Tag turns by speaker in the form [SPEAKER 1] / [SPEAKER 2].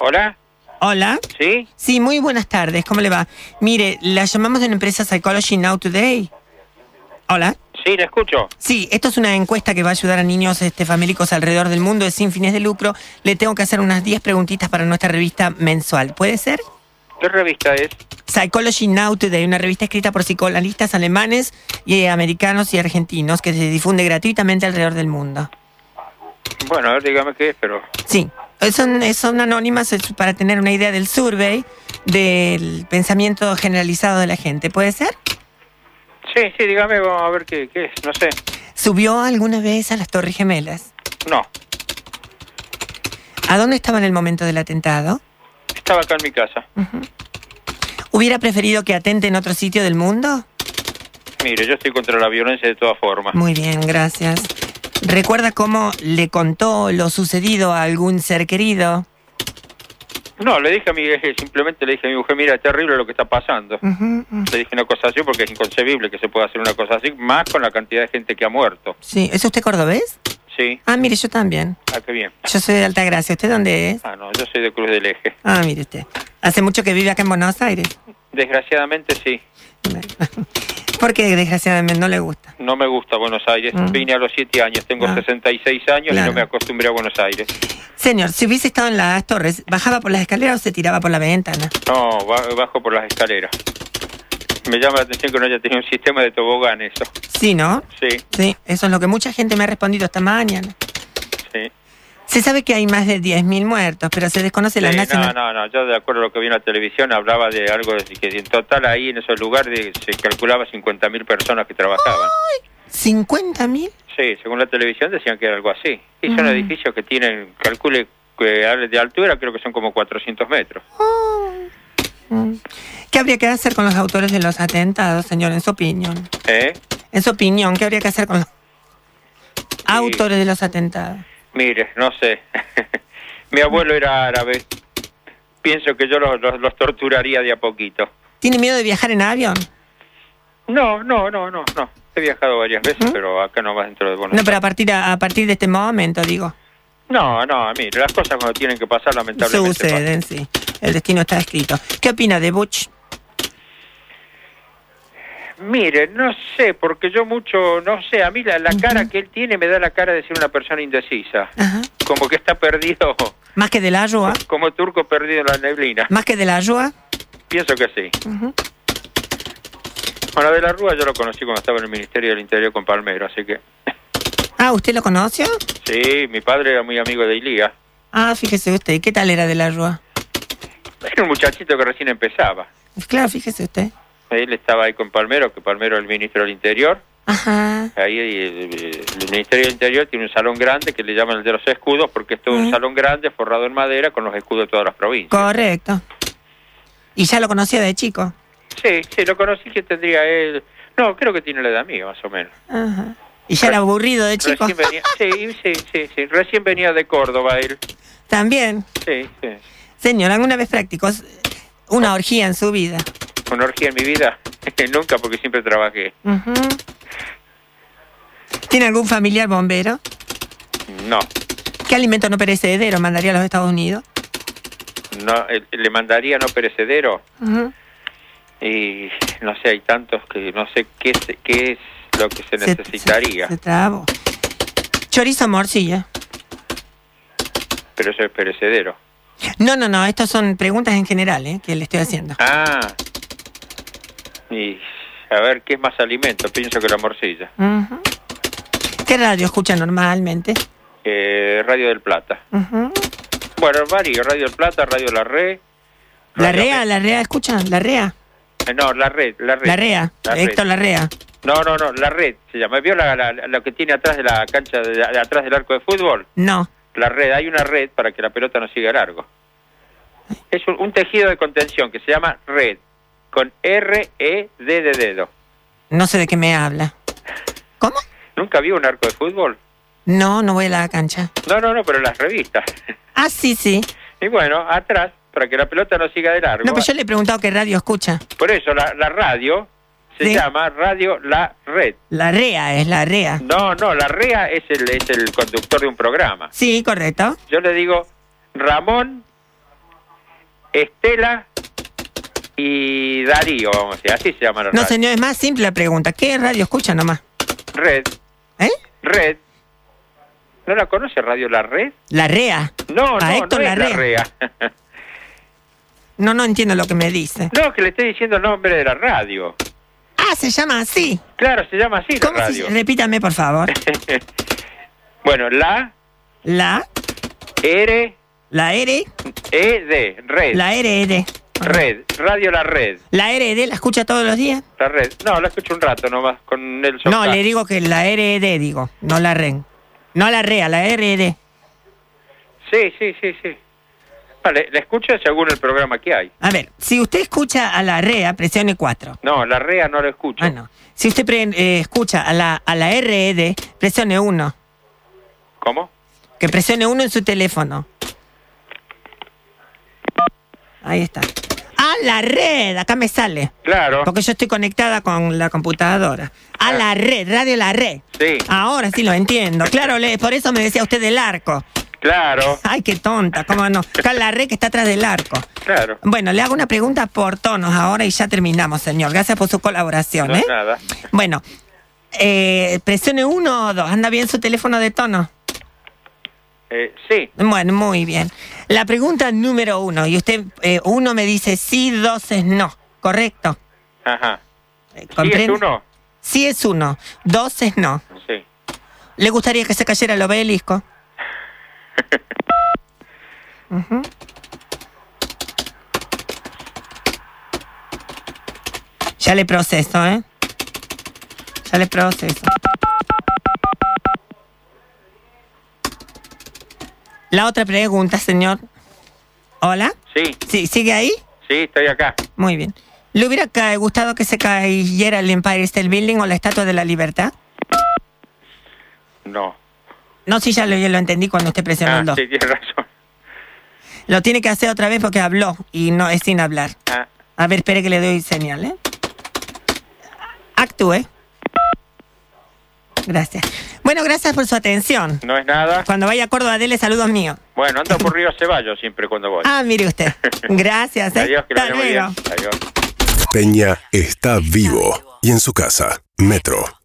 [SPEAKER 1] Hola,
[SPEAKER 2] Hola.
[SPEAKER 1] ¿sí?
[SPEAKER 2] Sí, muy buenas tardes. ¿Cómo le va? Mire, la llamamos de la empresa Psychology Now Today. Hola.
[SPEAKER 1] Sí, le escucho.
[SPEAKER 2] Sí, esto es una encuesta que va a ayudar a niños este, famélicos alrededor del mundo, es sin fines de lucro. Le tengo que hacer unas 10 preguntitas para nuestra revista mensual. ¿Puede ser?
[SPEAKER 1] ¿Qué revista es?
[SPEAKER 2] Psychology Now Today, una revista escrita por psicoanalistas alemanes y eh, americanos y argentinos que se difunde gratuitamente alrededor del mundo.
[SPEAKER 1] Bueno, a ver, dígame qué es, pero...
[SPEAKER 2] Sí, eh, son, eh, son anónimas es para tener una idea del survey, del pensamiento generalizado de la gente. ¿Puede ser?
[SPEAKER 1] Sí, sí, dígame, vamos a ver qué, qué es, no sé.
[SPEAKER 2] ¿Subió alguna vez a las Torres Gemelas?
[SPEAKER 1] No,
[SPEAKER 2] ¿A dónde estaba en el momento del atentado?
[SPEAKER 1] estaba acá en mi casa.
[SPEAKER 2] ¿Hubiera preferido que atente en otro sitio del mundo?
[SPEAKER 1] Mire, yo estoy contra la violencia de todas formas.
[SPEAKER 2] Muy bien, gracias. ¿Recuerda cómo le contó lo sucedido a algún ser querido?
[SPEAKER 1] No, le dije a mi... Simplemente le dije a mi mujer, mira, es terrible lo que está pasando.
[SPEAKER 2] Ujú, ujú.
[SPEAKER 1] Le dije una cosa así porque es inconcebible que se pueda hacer una cosa así, más con la cantidad de gente que ha muerto.
[SPEAKER 2] Sí, ¿es usted cordobés?
[SPEAKER 1] Sí,
[SPEAKER 2] Ah, mire, yo también.
[SPEAKER 1] ah, qué bien.
[SPEAKER 2] Yo soy de Altagracia. ¿Usted dónde es?
[SPEAKER 1] Ah, no, yo soy de Cruz del Eje.
[SPEAKER 2] Ah, mire usted. ¿Hace mucho que vive acá en Buenos Aires?
[SPEAKER 1] Desgraciadamente sí,
[SPEAKER 2] Porque desgraciadamente no le gusta.
[SPEAKER 1] no me gusta Buenos Aires.
[SPEAKER 2] Mm.
[SPEAKER 1] Vine a los 7 años, tengo
[SPEAKER 2] Ah.
[SPEAKER 1] 66 años y
[SPEAKER 2] Claro.
[SPEAKER 1] no me acostumbré a Buenos Aires.
[SPEAKER 2] Señor, si hubiese estado en las torres, ¿bajaba por las escaleras o se tiraba por la ventana?
[SPEAKER 1] No, ba- bajo por las escaleras. Me llama la atención que no haya tenido un sistema de tobogán eso.
[SPEAKER 2] Sí, ¿no?
[SPEAKER 1] Sí,
[SPEAKER 2] Sí, eso es lo que mucha gente me ha respondido esta mañana.
[SPEAKER 1] sí.
[SPEAKER 2] Se sabe que hay más de 10.000 muertos, pero se desconoce la
[SPEAKER 1] Sí, no,
[SPEAKER 2] nacional.
[SPEAKER 1] no, no, yo de acuerdo a lo que vi en la televisión hablaba de algo de que en total ahí en esos lugares se calculaba 50.000 personas que trabajaban.
[SPEAKER 2] ¿50.000?
[SPEAKER 1] Sí, según la televisión decían que era algo así. Y son
[SPEAKER 2] Mm.
[SPEAKER 1] edificios que tienen, calcule que al- de altura creo que son como 400 metros.
[SPEAKER 2] Oh. Mm. ¿Qué habría que hacer con los autores de los atentados, señor, en su opinión?
[SPEAKER 1] ¿eh?
[SPEAKER 2] En su opinión, ¿qué habría que hacer con los autores de los atentados?
[SPEAKER 1] Mire, no sé. Mi abuelo era árabe. Pienso que yo los, los- los torturaría de a poquito.
[SPEAKER 2] ¿Tiene miedo de viajar en avión?
[SPEAKER 1] No, no, no, no, no. He viajado varias veces, pero acá no más dentro de Buenos
[SPEAKER 2] No, pero a partir, a, a partir de este momento, digo,
[SPEAKER 1] No, no, mire, las cosas cuando tienen que pasar lamentablemente pasan.
[SPEAKER 2] suceden, sí. El destino está escrito. ¿Qué opina de Butch?
[SPEAKER 1] Mire, no sé, porque yo mucho, no sé, a mí la, la cara que él tiene me da la cara de ser una persona indecisa.
[SPEAKER 2] Ajá.
[SPEAKER 1] Como que está perdido,
[SPEAKER 2] ¿Más que de la Rúa?
[SPEAKER 1] como turco perdido en la neblina.
[SPEAKER 2] ¿Más que de la Rúa?
[SPEAKER 1] Pienso que sí.
[SPEAKER 2] Ujú.
[SPEAKER 1] Bueno, de la Rúa yo lo conocí cuando estaba en el Ministerio del Interior con Palmero, así que...
[SPEAKER 2] Ah, ¿usted lo conoció?
[SPEAKER 1] Sí, mi padre era muy amigo de Ilía.
[SPEAKER 2] Ah, fíjese usted, ¿qué tal era de la Rúa?
[SPEAKER 1] Era un muchachito que recién empezaba.
[SPEAKER 2] Claro, fíjese usted.
[SPEAKER 1] Él estaba ahí con Palmero, que Palmero era el ministro del Interior.
[SPEAKER 2] Ajá.
[SPEAKER 1] Ahí eh, eh, el Ministerio del Interior tiene un salón grande que le llaman el de los escudos porque es todo un
[SPEAKER 2] Ah.
[SPEAKER 1] salón grande forrado en madera con los escudos de todas las provincias.
[SPEAKER 2] Correcto. Y ya lo conocía de chico.
[SPEAKER 1] Sí, sí, lo conocí que tendría él... No, creo que tiene la edad mía, más o menos.
[SPEAKER 2] Ajá. Y ya era aburrido de chico.
[SPEAKER 1] Recién venía... Sí, sí, sí, sí. Recién venía de Córdoba él.
[SPEAKER 2] También.
[SPEAKER 1] Sí, sí.
[SPEAKER 2] Señor, ¿alguna vez practicó una orgía en su vida?
[SPEAKER 1] Una orgía en mi vida. Nunca porque siempre trabajé.
[SPEAKER 2] Ujú. ¿Tiene algún familiar bombero?
[SPEAKER 1] No,
[SPEAKER 2] ¿Qué alimento no perecedero mandaría a los Estados Unidos?
[SPEAKER 1] no eh, le mandaría no perecedero
[SPEAKER 2] Ujú.
[SPEAKER 1] y no sé, hay tantos que no sé qué es, qué es lo que se
[SPEAKER 2] Se-
[SPEAKER 1] necesitaría,
[SPEAKER 2] Se, se trabó. Chorizo morcilla.
[SPEAKER 1] pero eso es perecedero.
[SPEAKER 2] No, no, no, estas son preguntas en general ¿eh? que le estoy haciendo.
[SPEAKER 1] Ah. Y a ver qué es más alimento, pienso que la morcilla.
[SPEAKER 2] Ujú. ¿Qué radio escucha normalmente?
[SPEAKER 1] Eh, Radio del Plata.
[SPEAKER 2] Ujú.
[SPEAKER 1] Bueno, vario, Radio del Plata, Radio La Red.
[SPEAKER 2] La
[SPEAKER 1] Radio-
[SPEAKER 2] REA, la REA, escucha, la REA.
[SPEAKER 1] Eh, No, La Red, La Red.
[SPEAKER 2] La REA,
[SPEAKER 1] La Red.
[SPEAKER 2] Héctor Larrea.
[SPEAKER 1] No, no, no, La Red se llama. ¿Vio la, la- la que tiene atrás de la cancha, de, de atrás del arco de fútbol?
[SPEAKER 2] No.
[SPEAKER 1] La red, hay una red para que la pelota no siga largo. Es un, un tejido de contención que se llama red, con R-E-D de dedo.
[SPEAKER 2] No sé de qué me habla. ¿Cómo?
[SPEAKER 1] ¿Nunca vio un arco de fútbol?
[SPEAKER 2] No, no voy a la cancha.
[SPEAKER 1] No, no, no, pero las revistas.
[SPEAKER 2] Ah, sí, sí.
[SPEAKER 1] Y bueno, atrás, para que la pelota no siga de largo.
[SPEAKER 2] No, pero yo le he preguntado qué radio escucha.
[SPEAKER 1] Por eso la, la radio se
[SPEAKER 2] Sí.
[SPEAKER 1] llama Radio La Red.
[SPEAKER 2] La REA es la REA.
[SPEAKER 1] No, no, la REA es el, es el conductor de un programa.
[SPEAKER 2] Sí, correcto.
[SPEAKER 1] Yo le digo Ramón Estela y Darío, vamos a decir. Así se llama la
[SPEAKER 2] No,
[SPEAKER 1] radio.
[SPEAKER 2] señor, es más simple la pregunta. ¿Qué radio escucha nomás?
[SPEAKER 1] Red,
[SPEAKER 2] ¿Eh?
[SPEAKER 1] Red. ¿No la conoce Radio La Red?
[SPEAKER 2] La REA.
[SPEAKER 1] No,
[SPEAKER 2] A
[SPEAKER 1] no,
[SPEAKER 2] Héctor
[SPEAKER 1] no es la
[SPEAKER 2] Larrea.
[SPEAKER 1] REA.
[SPEAKER 2] No, no entiendo lo que me dice.
[SPEAKER 1] no, que le estoy diciendo el nombre de la radio.
[SPEAKER 2] Ah, se llama así.
[SPEAKER 1] Claro, se llama así la
[SPEAKER 2] ¿Cómo se
[SPEAKER 1] radio.
[SPEAKER 2] Repítame, por favor.
[SPEAKER 1] bueno, la
[SPEAKER 2] La,
[SPEAKER 1] R
[SPEAKER 2] la R,
[SPEAKER 1] E D, Red.
[SPEAKER 2] la RR.
[SPEAKER 1] Red, Radio La Red.
[SPEAKER 2] ¿La RD la escucha todos los días?
[SPEAKER 1] La Red. No, la escucho un rato nomás con Nelson.
[SPEAKER 2] No,
[SPEAKER 1] K.
[SPEAKER 2] le digo que la RD, digo, no la REN. No la REA, la RD.
[SPEAKER 1] Sí, sí, sí, sí. No, le, la escucho según el programa que hay.
[SPEAKER 2] A ver, si usted escucha a la REA, presione 4.
[SPEAKER 1] No, la REA no la escucho.
[SPEAKER 2] Ah, no. Si usted pre- eh, escucha a la, a la RD, presione 1.
[SPEAKER 1] ¿Cómo?
[SPEAKER 2] Que presione 1 en su teléfono. Ahí está. A la red, acá me sale.
[SPEAKER 1] Claro.
[SPEAKER 2] Porque yo estoy conectada con la computadora. A la red, radio la red.
[SPEAKER 1] Sí,
[SPEAKER 2] Ahora sí lo entiendo. Claro, le- por eso me decía usted del arco.
[SPEAKER 1] claro,
[SPEAKER 2] Ay, qué tonta, cómo no. Acá la red que está atrás del arco.
[SPEAKER 1] claro.
[SPEAKER 2] Bueno, le hago una pregunta por tonos ahora y ya terminamos, señor. Gracias por su colaboración,
[SPEAKER 1] No,
[SPEAKER 2] ¿eh?
[SPEAKER 1] nada.
[SPEAKER 2] Bueno, eh, presione uno o dos. ¿Anda bien su teléfono de tono?
[SPEAKER 1] Eh, sí,
[SPEAKER 2] Bueno, muy bien. La pregunta número uno. Y usted, eh, uno me dice sí, dos es no. ¿Correcto?
[SPEAKER 1] ajá.
[SPEAKER 2] Eh,
[SPEAKER 1] ¿Sí es
[SPEAKER 2] ¿comprende?
[SPEAKER 1] uno?
[SPEAKER 2] Sí es uno. Dos es no.
[SPEAKER 1] Sí.
[SPEAKER 2] ¿Le gustaría que se cayera el obelisco? Ujú. Ya le proceso, ¿eh? Ya le proceso. La otra pregunta, señor. ¿Hola?
[SPEAKER 1] Sí,
[SPEAKER 2] Sí, ¿Sigue ahí?
[SPEAKER 1] sí, estoy acá.
[SPEAKER 2] Muy bien. ¿Le hubiera ca- gustado que se cayera el Empire State Building o la Estatua de la Libertad?
[SPEAKER 1] No.
[SPEAKER 2] No, sí, ya lo, ya lo entendí cuando usted presionó
[SPEAKER 1] Ah,
[SPEAKER 2] el 2.
[SPEAKER 1] sí, tienes razón.
[SPEAKER 2] Lo tiene que hacer otra vez porque habló y no es sin hablar.
[SPEAKER 1] Ah,
[SPEAKER 2] A ver, espere que le doy señal, ¿eh? Actúe. Gracias. Bueno, gracias por su atención.
[SPEAKER 1] no es nada.
[SPEAKER 2] Cuando vaya a Córdoba, dele saludos míos.
[SPEAKER 1] Bueno, ando por Río Ceballos siempre cuando voy.
[SPEAKER 2] Ah, mire usted. Gracias, ¿eh?
[SPEAKER 1] Adiós, que lo
[SPEAKER 2] Hasta
[SPEAKER 1] vaya muy bien.
[SPEAKER 2] luego.
[SPEAKER 1] Adiós.
[SPEAKER 3] Peña está vivo y en su casa, Metro